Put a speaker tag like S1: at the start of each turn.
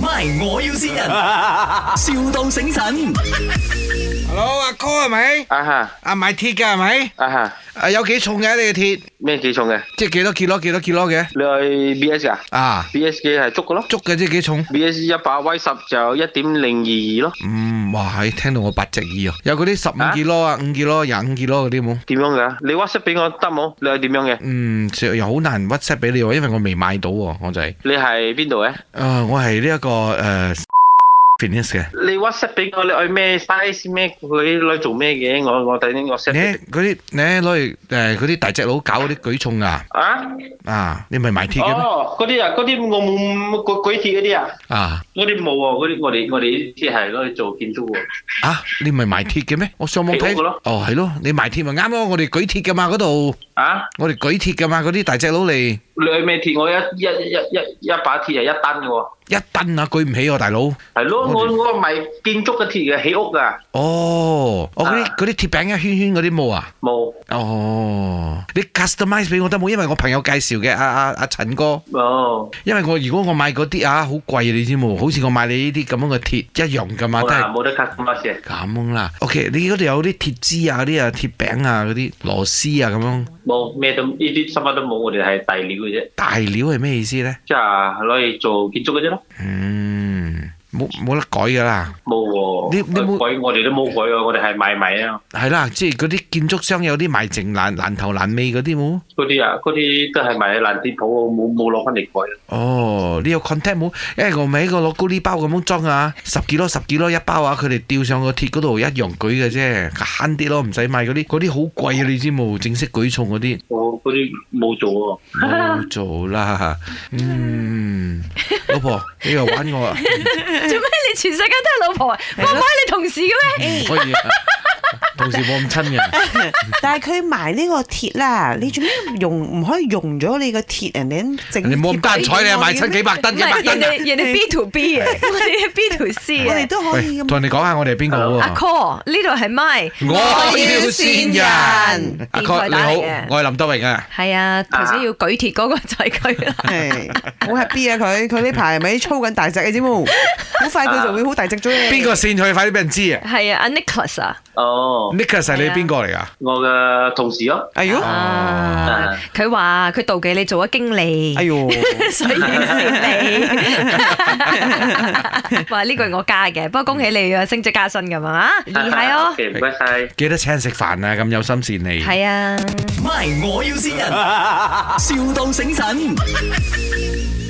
S1: MY，我要先人，,笑到醒神。
S2: Hello，阿哥係咪？
S3: 啊哈
S2: 啊買鐵㗎係咪？
S3: 啊哈，
S2: 啊有幾重嘅你嘅鐵？
S3: 咩幾重嘅？
S2: 即係幾多幾多幾多幾多嘅？
S3: 你去 B S 啊
S2: 啊，
S3: ？B S 嘅係竹嘅咯
S2: 竹嘅即係幾重？
S3: ，B S 一百 Y 十就一點零二二咯。
S2: 嗯，哇，係聽到我八隻耳啊！有嗰啲十
S3: 啊
S2: 五幾咯啊，五幾咯，廿五幾咯嗰啲冇。
S3: 點樣嘅？你 WhatsApp 俾我得冇？你係點樣嘅？
S2: 嗯，就又好難 WhatsApp 俾你喎，因為我未買到喎，我就係、
S3: 你係邊度嘅？
S2: 啊我係呢一個誒 fitness 嘅。
S3: 你 WhatsApp 俾我，你愛咩 size 咩？你攞嚟做咩嘅？我我睇啲 WhatsApp
S2: 你
S3: 俾
S2: 嗰啲你攞嚟誒嗰啲大隻佬搞嗰啲舉重啊
S3: 你啊？
S2: 啊！你咪買鐵嘅咩？
S3: 哦，嗰啲啊，嗰啲我冇嗰嗰啲嗰啲啊，
S2: 啊
S3: 我哋冇喎，嗰啲我哋我哋啲係攞嚟做建築喎。
S2: 啊！你咪買鐵嘅咩？我上網
S3: 鐵
S2: 睇
S3: 嗰個咯，
S2: 哦係咯，你買鐵咪啱咯。我哋舉鐵噶嘛嗰度，
S3: 啊？
S2: 我哋舉鐵噶嘛嗰啲大隻佬嚟一
S3: 你愛咩鐵？我一一一一一把鐵係一單嘅喎。
S2: 噸啊，舉唔起喎、大佬。
S3: 係咯，
S2: 我
S3: 我我咪建築嘅鐵嘅起屋啊，
S2: 哦，我嗰
S3: 啊
S2: 啲嗰啲鐵餅一圈圈嗰啲冇啊。
S3: 冇。
S2: 哦，你 customize 俾我得冇？因為我朋友介紹嘅，阿阿阿陳哥，
S3: 哦，
S2: 因為我如果我買嗰啲啊，好貴你知冇？好似我買你呢啲咁樣嘅鐵一樣噶嘛，
S3: 好
S2: 都
S3: 啦，
S2: 係
S3: 冇得 customize 嘅。
S2: 咁啦。OK，你嗰度有啲鐵枝啊、嗰啲啊、鐵餅啊、嗰啲螺絲啊咁樣，
S3: 冇咩都呢啲乜都冇，我哋係大料嘅啫，
S2: 大料係咩意思咧？
S3: 即係攞嚟做建築嘅啫咯。
S2: 嗯，冇冇得改噶啦，
S3: 冇喎，
S2: 你你冇
S3: 改我哋都冇改喎，我哋係買米啊，
S2: 係啦，即係嗰啲建築商有啲賣剩爛爛頭爛尾嗰啲冇。
S3: 嗰啲啊，嗰啲都係買爛鐵鋪，冇冇攞翻嚟改。
S2: 哦，你有 contact 冇？因為我咪喺個攞高呢包咁樣裝啊，十幾咯，十幾咯一包啊，佢哋吊上個鐵嗰度一樣舉嘅啫，慳啲咯，唔使買嗰啲，嗰啲好貴啊，你知冇？正式舉重嗰啲
S3: 我嗰啲冇做喎。
S2: 冇做 啦。嗯，老婆，你又玩我 啊？
S4: 做咩你全世界都係老婆啊？我唔係你同事嘅咩？
S2: 唔可以啊，同事冇咁親
S5: 哎
S2: 嘅。
S5: 但係佢埋呢個鐵啦，你做咩用唔可以用咗你個鐵人哋整？
S2: 你冇咁單彩，你係賣親幾百噸
S4: 唔
S2: 一百
S4: 係人
S2: 噸啊！
S4: 哋人哋 B to B 嘅，我哋係 B to C
S5: 我哋
S4: 嘅。
S5: 都可以
S2: 喂，
S5: 咁。
S2: 同人哋講下我哋係邊個好
S4: 阿
S2: 啊？
S4: Call 呢度係 My，
S2: 我要善人
S5: 人。
S2: 阿 Call 你好，我係林德榮啊。
S4: 係啊，頭先要舉鐵嗰個就係佢啦。
S5: 係好 happy 啊！佢佢呢排咪操緊大隻嘅啫冇，好快佢就會好大隻咗嘅。
S2: 邊個線佢快啲俾人知啊
S4: 係啊，阿 Nicholas 啊，
S3: Ờ. 哦，
S2: ！Nicholas 係你
S4: 係啊
S2: 邊個嚟㗎？
S3: 我嘅同事咯，
S5: 哎呦，
S4: 啊，佢話佢妒忌你做咗經理
S5: 哎。呦，
S4: 所以 笑你，話呢句我加嘅，不過恭喜你啊，升職加薪咁啊，厲害 哦，
S3: OK，唔該晒。
S2: 記得請食飯啊！咁有心善你。
S4: 係啊。
S1: MY，我要先人，,笑到醒神。